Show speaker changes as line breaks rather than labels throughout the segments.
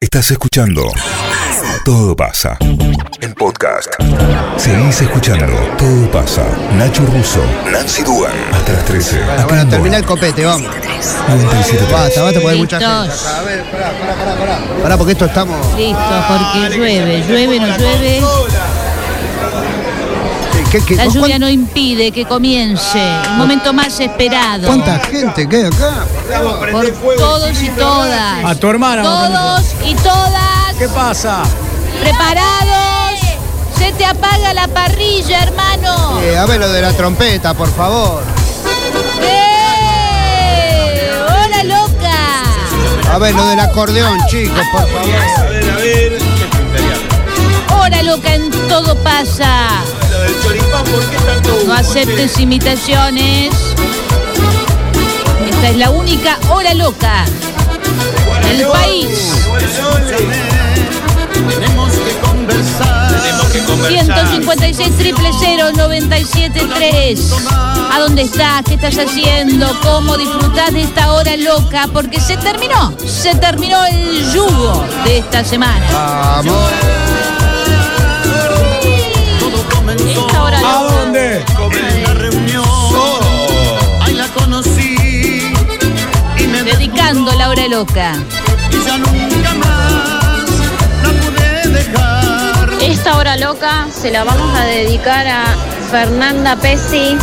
Estás escuchando Todo pasa. En podcast. Seguís escuchando Todo pasa. Nacho Russo, Nancy Dugan. Hasta las 13.
Bueno, bueno, Ah, termina el copete, vamos.
97.
Basta, basta porque hay mucha gente.
Listos.
acá. A ver, pará, pará, pará, pará. Pará, porque esto estamos.
Listo, porque llueve, llueve, no llueve.
¿Qué, qué,
La
cuán-
lluvia no impide que comience el momento más esperado.
¿Cuánta gente que hay acá?
Por todos y todas.
A tu hermana.
Todos y todas.
¿Qué pasa?
¿Preparados? Se te apaga la parrilla, hermano.
Eh, a ver lo de la trompeta, por favor.
¡Eh! ¡Hola, loca!
A ver lo del acordeón, chicos, por favor.
¡Hola, loca! En todo pasa.
Lo del choripán, ¿por qué tanto humo?
No aceptes imitaciones. Esta es la única hora loca del país.
Tenemos que conversar.
156 triple 973. ¿A dónde estás? ¿Qué estás haciendo? ¿Cómo disfrutás de esta hora loca? Porque se terminó, se terminó el yugo de esta semana.
Vamos.
Esta hora
¿A
loca.
dónde?
Oh.
Dedicando la hora loca.
Esta hora loca se la vamos a dedicar a Fernanda Pessi.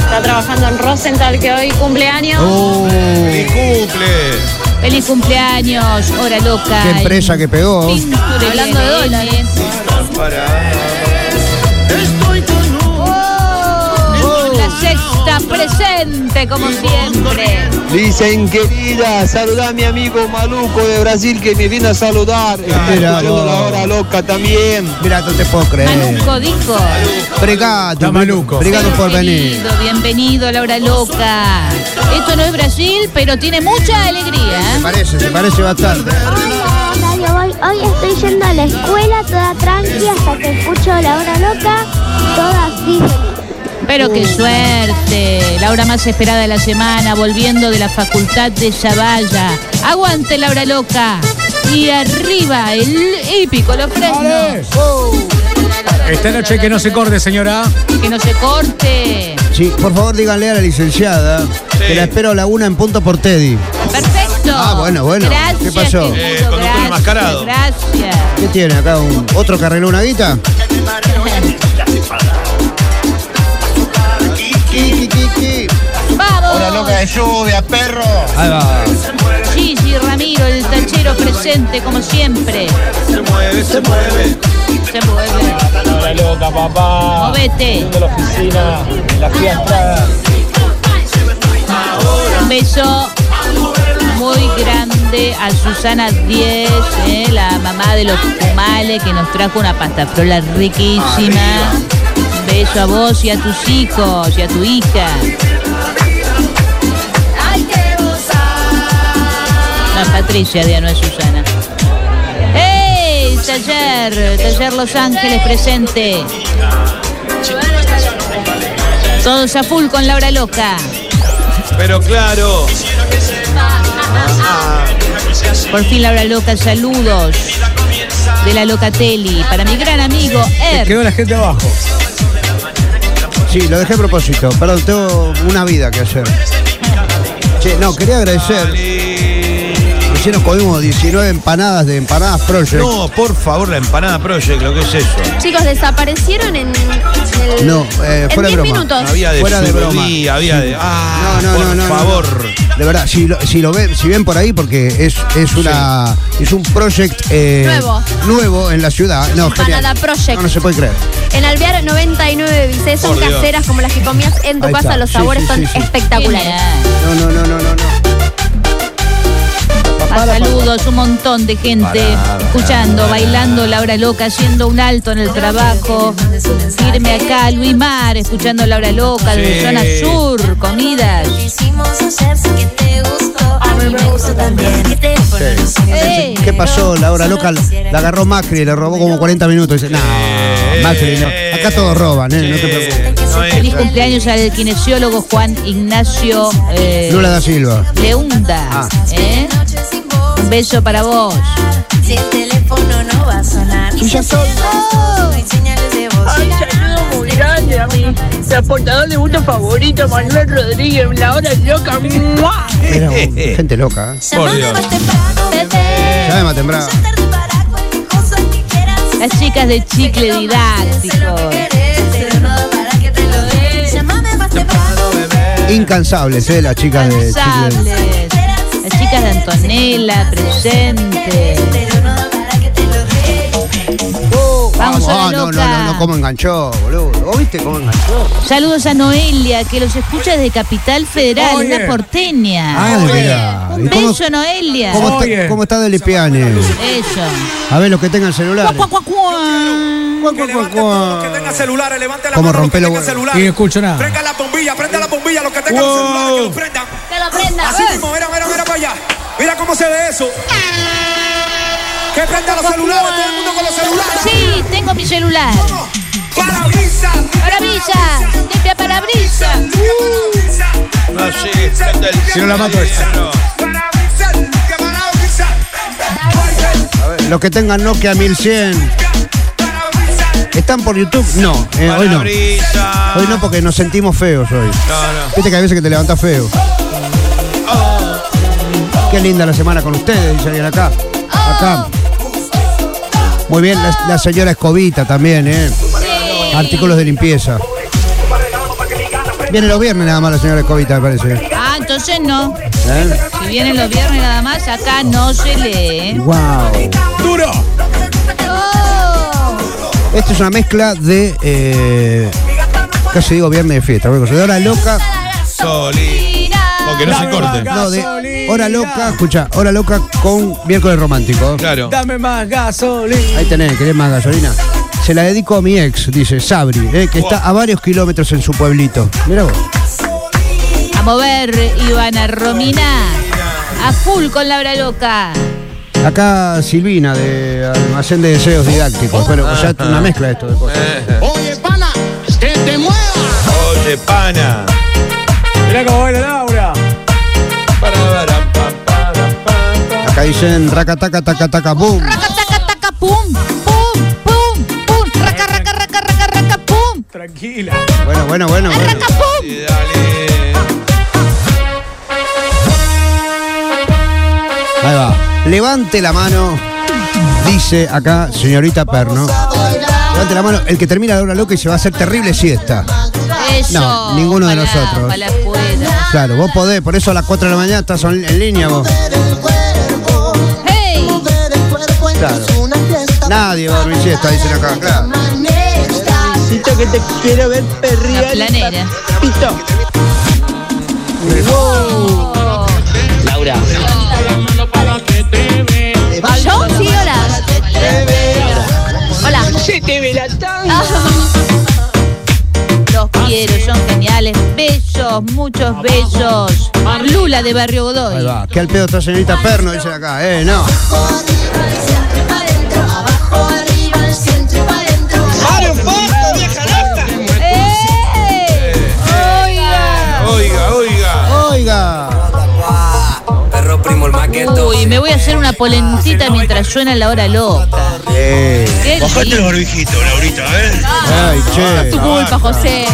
Está trabajando en Rosenthal que hoy cumpleaños.
¡Feliz cumple!
Feliz cumpleaños, hora loca.
Qué empresa que pegó.
Hablando de M&M. dólares. Oh, La sexta presente como siempre.
Dicen querida, saluda a mi amigo Maluco de Brasil que me viene a saludar. Está
Mira
escuchando
vos.
la hora loca también.
Mira, no te puedo creer.
Manuco dijo.
Brigado,
Está maluco.
brigado Eh. por venir.
Bienvenido, bienvenido a la hora loca. Esto no es Brasil, pero tiene mucha alegría.
Se
¿eh?
parece, se parece bastante.
Radio Boy. Hoy estoy yendo a la escuela toda tranqui hasta que escucho la hora loca, toda así feliz.
Pero qué suerte. La hora más esperada de la semana, volviendo de la facultad de Zavalla. Aguante la hora loca. Y arriba, el hípico, los fresnos.
Esta noche que no se corte, señora.
Que no se corte.
Sí, por favor díganle a la licenciada que la espero a la una en punto por Teddy.
Perfecto.
Ah, bueno, bueno.
Gracias,
¿Qué pasó?
querido,
Eh, conductor
gracias,
enmascarado.
Gracias.
¿Qué tiene acá? Un, ¿Otro que arregló una guita? Ki, ki, ki, ki.
Vamos.
lluvia, perro!
Ahí va.
Gigi Ramiro, el tachero presente como siempre.
Se mueve, se mueve.
Se mueve.
Hola loca, papá.
Movete.
De la oficina, la fiesta.
Un beso muy grande a Susana 10, eh, la mamá de los Pumales, que nos trajo una pasta frola riquísima. Un beso a vos y a tus hijos y a tu hija. No, Patricia, Diana, no es Susana. ¡Ey! Taller, Taller Los Ángeles presente. Todos a full con Laura Loca.
Pero claro,
Por fin Laura Loca, saludos de la Locatelli para mi gran amigo Er.
Quedó la gente abajo.
Sí, lo dejé a propósito. Perdón, tengo una vida que hacer. Che, no, quería agradecer. Hicieron comimos 19 empanadas de empanadas Project.
no, por favor, la empanada Project, lo que es eso.
Chicos, desaparecieron en, el-
No, eh,
en
fuera de broma.
10 minutos.
Había de
Fuera de broma.
surubí, había de. ¡Ah!
No, no,
por
no, no,
favor.
no. De verdad, si lo, si lo ven, si ven por ahí, porque es, es una es un project eh,
Nuevo.
nuevo en la ciudad. No,
Empanada
genial.
project.
No, no se puede creer.
En Alvear 99 bices son
Por Dios.
caseras como las que comías en tu
Ahí
casa.
está.
Los
Sí,
sabores
sí, sí,
son
sí.
espectaculares.
No, no, no, no, no, no.
Más Ah, saludos, un montón de gente escuchando, bailando Laura Loca, haciendo un alto en el trabajo. Irme acá, Luis Mar, escuchando Laura Loca, de
Sí.
Zona Sur, comidas. Eh,
¿Qué pasó? La hora loca la agarró Macri, le robó como 40 minutos. Dice, no, Eh, Macri, no. Acá todos roban, eh, no te preocupes.
No es.
Feliz cumpleaños al kinesiólogo Juan Ignacio eh,
Lula da Silva.
Leunda. ¿eh? Un beso para vos.
Jackson.
Ay, saludo muy grande a mi transportador de gusto favorito, Manuel Rodríguez, la hora loca. ¡Mua!
Mira, gente loca. ¿eh?
Por Dios.
Ya de más temprano.
Las chicas de chicle didáctico.
Incansables, ¿eh? Las chicas de Chile.
Sables. Las chicas de Antonella, presente. Vamos,
Ah,
a la
no, no,
loca.
no, no, cómo enganchó, boludo. ¿O viste cómo enganchó?
Saludos a Noelia, que los escucha desde Capital Federal,
Oye.
una porteña.
Ah, de verdad.
Un
¿Y cómo,
beso, Noelia.
cómo,
Oye.
está, cómo está de Lepiane?
Eso.
A ver, los que tengan celular.
Cuá, cuá, cuá.
Cuá, cuá, cuá, cuá.
celulares, levante
Cómo rompe los huevos.
Y no escucho nada.
la bombilla, prenda la bombilla, los que
Wow.
prendan.
Que lo prenda,
Así
eh.
mismo, mira, mira, mira para allá. Mira cómo se ve eso. Que prenda los celulares, todo el mundo con los celulares.
Sí, tengo mi celular.
Para brisa.
Parabrisas, limpia parabrisas.
No, Ah, sí, prende el-
Si no la mato esta.
No.
Para brisa, que para brisa.
Los que tengan Nokia 1100.
Para brisa.
¿Están por YouTube? No, eh, hoy no.
Parabrisa.
Hoy no porque nos sentimos feos hoy.
No, no.
Viste que hay veces que te levantás feo. Qué linda la semana con ustedes, dice alguien acá. Acá. Muy bien, la, la señora Escobita también, ¿eh? Artículos de limpieza. Viene los viernes nada más la señora Escobita, me parece.
Ah, entonces no.
¿Eh?
Si vienen los viernes nada más, acá no se lee.
¡Wow!
¡Duro!
Esto es una mezcla de. eh, casi digo viernes de fiesta. bueno, De hora loca.
Soli. Porque no se corte.
No, de hora loca. Escucha, hora loca con miércoles romántico.
Claro.
Dame más gasolina.
Ahí tenés, querés más gasolina. Se la dedico a mi ex, dice Sabri, eh, que está a varios kilómetros en su pueblito. Mira vos.
A mover, Ivana Romina. A full con la hora loca.
Acá Silvina de Almacén de Deseos Didácticos. Pero o sea, una mezcla de esto de cosas.
Oye, pana, que te muevas.
Oye, pana.
Mirá cómo baila Laura.
Para, para, pam, para, pam, pam.
Acá dicen raca taca taca taca boom.
Raca, taca, taca, pum, pum, pum, pum. Raca, raca, raca, raca, raca, pum.
Tranquila.
Bueno, bueno, bueno, bueno.
Raca, pum.
Y dale.
Ahí va. Levante la mano. Dice acá, señorita Perno. Levante la mano. El que termina de hora loca y se va a hacer terrible siesta.
Eso.
No, ninguno de nosotros.
Ojalá pueda.
Claro, vos podés, por eso a las 4 de la mañana estás on- en línea vos.
Hey,
Claro. Nadie va a dormir siesta, dicen acá, claro.
Necesito que te quiero ver
la
perrear.
planera.
Pito.
Oh.
Laura.
Yo sí, hola. Hola. Ah.
Se te ve la tanga.
Los quiero, son geniales. Besos, muchos besos. Lula de Barrio
Ahí
Godoy.
va. ¿Qué al pedo está señorita Perno? Dicen acá, eh, no.
Ah, ¡Eh! Oiga.
Oiga, oiga.
Oiga.
Uy, me voy a hacer una polentita mientras suena la hora loca.
Eh,
Qué
Bajate los
lindo. Ah,
barbijitos, Laurita, ¿eh?
Ay, che.
Tu culpa, José.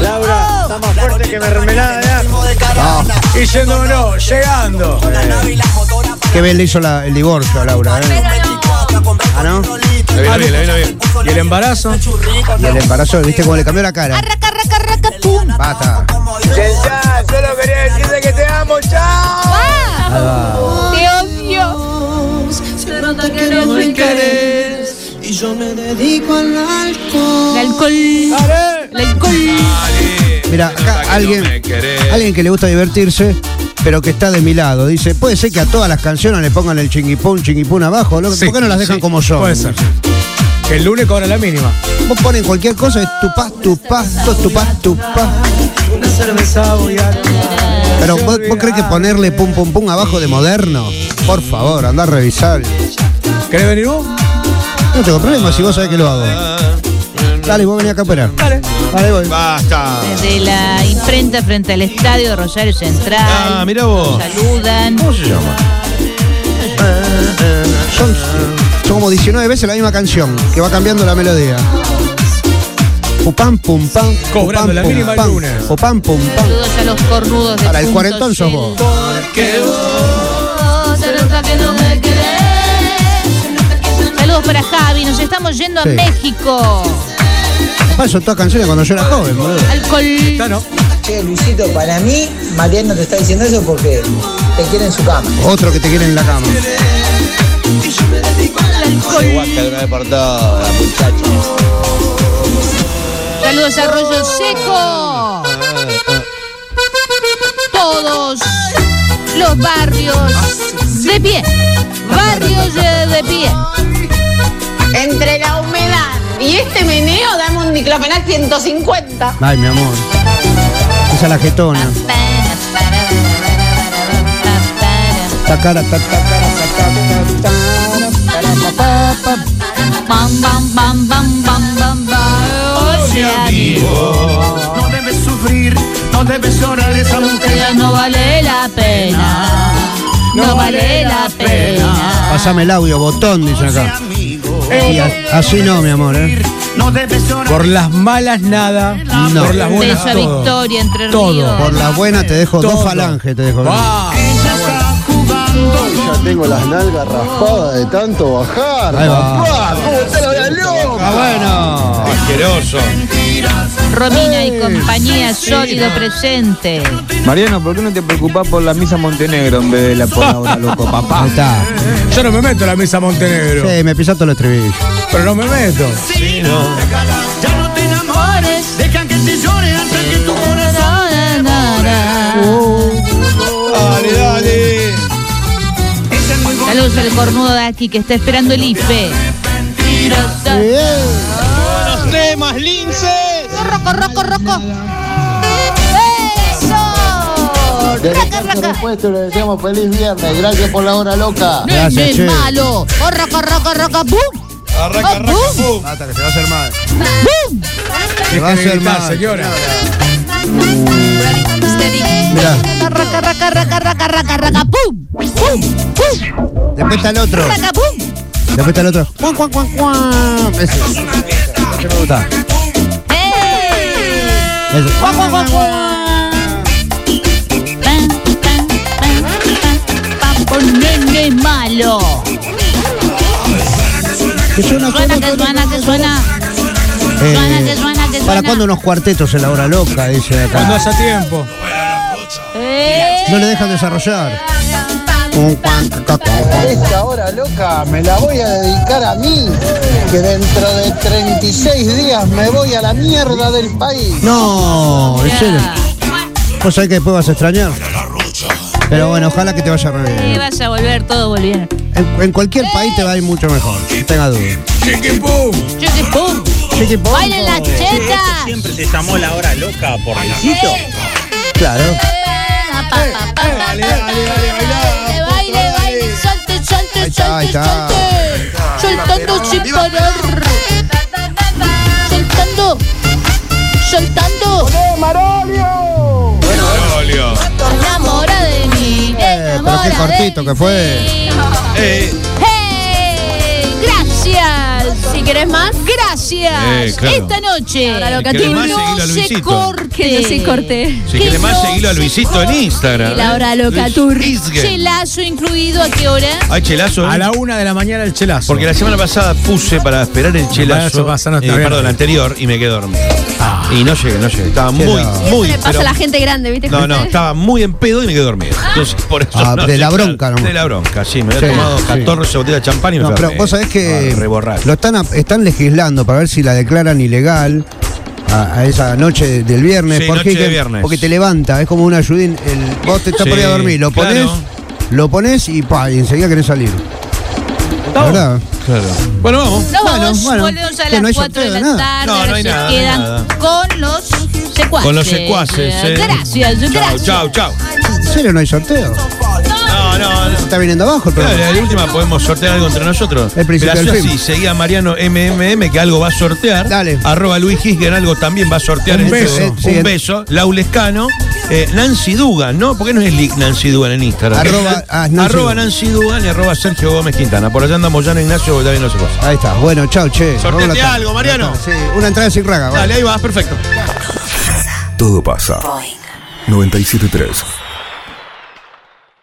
Laura, está más fuerte que mermelada Ah, de ajo. Y yéndonos, llegando.
Qué bien le hizo la- el divorcio a Laura, eh. Ah, ¿no?
La vino bien, la vino bien.
¿Y el embarazo?
Y el embarazo, ¿viste cómo le cambió la cara?
Raca, raca, raca, pum.
Basta.
Ya, solo quería decirte que te amo, chao.
Ah, Te odio.
Y yo me dedico al alcohol.
El alcohol. El alcohol.
Dale.
Mira,
Nota que
acá
no
alguien,
me querés.
alguien que le gusta divertirse, pero que está de mi lado. Dice, puede ser que a todas las canciones le pongan el chinguipún, chinguipún abajo. ¿no?
Sí,
¿Por qué no las dejan
sí,
como son?
Puede ser. Que el lunes cobra la mínima.
Vos ponen cualquier cosa, es tu paz, tu paz, tu, tu paz, tu paz.
Una cerveza voy a
Pero ¿vos, vos crees que ponerle pum pum pum abajo de moderno? Por favor, anda a revisar.
¿Querés venir vos?
No tengo problema si vos sabés que lo hago.
Ah,
Dale, vos venís acá a operar. Dale. Dale, voy.
Basta.
Desde la imprenta frente al estadio de Rosario Central.
Ah, mira vos.
Saludan.
se llama?
son, son como 19 veces la misma canción, que va cambiando la melodía. Pupam, pum, pam.
Cobrando
pam,
la
pum,
mínima
pam,
luna.
Pupam, pum, pam.
Saludos a los cornudos de
Para el
Punto
cuarentón sos
Shell.
vos.
Saludos para Javi, nos estamos yendo
Sí.
a México.
Papá, son todas canciones cuando yo era joven, boludo.
Alcohol.
Che, Luisito, para mí, Mariano te está diciendo eso porque te quiere en su cama.
Otro que te quiere en la cama.
Se guasca de una vez por todas, muchachos.
Saludos a Rollo Seco. Todos los Ah, barrios de pie. Barrios eh, de pie.
Entre la humedad y este meneo, dame un diclofenac 150.
Ay, mi amor. Esa es la getona. Tacara, ta, ta, cara, ta, ta, ta,
Bam, bam, bam, bam, bam, bam, bam.
No debes sufrir, no debes llorar esa
Pero no vale la pena. No vale la pena.
ta. Pasame el audio, botón, dicen acá. Y a- así no, mi amor, ¿eh?
No debes llorar.
Por las malas nada,
No.
por las buenas
Beso a
todo.
Victoria, Entre
Todo.
Ríos.
Por la buena te dejo
Todo.
dos falanges, te dejo.
Ah,
Ya tengo las nalgas raspadas de tanto bajar.
Ahí va.
Papá, ¿cómo está la vida loca?
bueno.
Asqueroso.
Romina y compañía, sólido presente.
Mariano, ¿por qué no te preocupás por la misa Montenegro en vez de la por ahora, loco, papá?
Ahí está.
Yo no me meto a la mesa Montenegro,
Sí, me pisaste los estribillos.
pero no me meto.
Ya no te enamores, deja que te llore hasta que tu corazón.
Dale, dale.
Saludos al cornudo de aquí que está esperando el IFE.
¡Los temas, linces!
Roco, roco, roco. ¡Eso!
Desde
¡Raca,
Castro
raca!
Repuesto le deseamos feliz viernes. Gracias por la hora loca.
Gracias,
¡Nene
che.
malo! ¡Oh, roco, roco, roco! ¡Bum! Oh,
Arranca, arranca, pum.
Basta, que se va a hacer mal.
¡Bum!
Se va a hacer
gritar,
mal.
señora.
Mirá,
¡Raca, raca, raca, raca, raca, raca! ¡Bum! ¡Bum! ¡Bum!
después está el otro.
¡Raca, bum!
Después está el otro. Cuan, cuan, cuan, cuan. Ese. Ese me gusta.
¡Eh!
Ese. Cuan, cuan, cuan, cuan.
Pan, pan, pan, pan, pan, por nene malo!
Que suena,
Suena, que suena, que suena. Suena, que suena, que
¿Para
suena.
cuándo unos cuartetos en la hora loca? Dice
Cuando
acá.
haya tiempo.
¡Eh!
No le dejan desarrollar. Un, cuan, cuan, cuan, cuan.
Esta hora loca me la voy a dedicar a mí, que dentro de 36 días me voy a la mierda del país.
No, en serio. Vos sabés que después vas a extrañar. Pero bueno, ojalá que te vaya re
Eh,
bien.
vas a volver todo volviendo.
En, en cualquier país te va a ir mucho mejor, no tenga duda.
Chiqui pum.
Chiqui pum.
¡Bailen las chetas!
Siempre se llamó la hora loca por Luisito.
Claro. Eh,
Dale, dale, baile, baile, salte, salte,
está, ahí
salte,
está.
salte. Soltando sin parar. Soltando. Soltando.
Olio.
Enamora de mí.
Eh, pero qué
enamora de
cortito que fue.
Eh,
¡Hey! ¡Gracias! Si querés más, gracias.
Eh, claro.
Esta noche.
que
que
querés más,
no
seguilo a
se
Luisito.
corte.
Que no se corte.
si querés más, seguilo a Luisito en Instagram.
La
¿eh?
hora loca
Luis
tour.
Isgen.
Chelazo incluido, ¿a qué hora?
Hay chelazo. ¿eh?
A la una de la mañana el chelazo.
Porque la semana pasada puse para esperar el chelazo.
Paso, paso, no está
eh,
bien. Ah.
perdón, la anterior y me quedé dormido. Y no llegué, no llegué. Estaba muy, muy.
le pasa
pero-
a la gente grande, ¿viste?
No, no, estaba muy en pedo y me quedé dormido. Entonces, por eso.
Ah,
no
de
sé,
la
claro,
bronca, ¿no?
De la bronca, sí. Me había
Sí,
tomado
sí.
14 botellas de champán y me
No, pero
enfermé.
vos sabés que
Ah, reborrar.
lo están, están legislando para ver si la declaran ilegal a, a esa noche del viernes.
Sí,
porque,
noche de viernes.
porque te levanta, es como un ayudín. el- vos te estás
Sí,
por ahí a dormir, lo
claro.
pones, lo pones y, pa, y enseguida querés salir. La verdad.
Claro. Bueno, vamos.
No,
Bueno,
vamos,
bueno,
volvemos a
que
las
no hay
4 de la
sorteo, nada.
tarde.
No, no hay
se
nada,
quedan
nada.
con los secuaces.
Con los secuaces. eh.
Gracias,
Chau,
gracias.
chau, chau.
¿En serio no hay sorteo?
No, no, no.
Está viniendo abajo el programa.
Claro, la última podemos sortear algo entre nosotros.
El principio
Pero
del
así,
fin.
seguí a Mariano MMM que algo va a sortear.
Dale.
Arroba Luis Gisgen algo también va a sortear.
Un
en
beso.
su-
Sí, eh.
un
el-
beso. Laulescano. Eh, Nancy Dugan, ¿no? ¿Por qué no es Lick Nancy Dugan en Instagram?
Arroba- ah, es Nancy
Arroba Nancy Dugan y arroba Sergio Gómez Quintana. Por allá andamos ya Ignacio, que también no se pasa.
Ahí está. Bueno, chau, che.
Sorteate
Vamos a la
algo,
tarde.
Mariano.
Sí, una entrada sin raga. va.
Dale, ahí vas, perfecto.
Todo pasa. 973.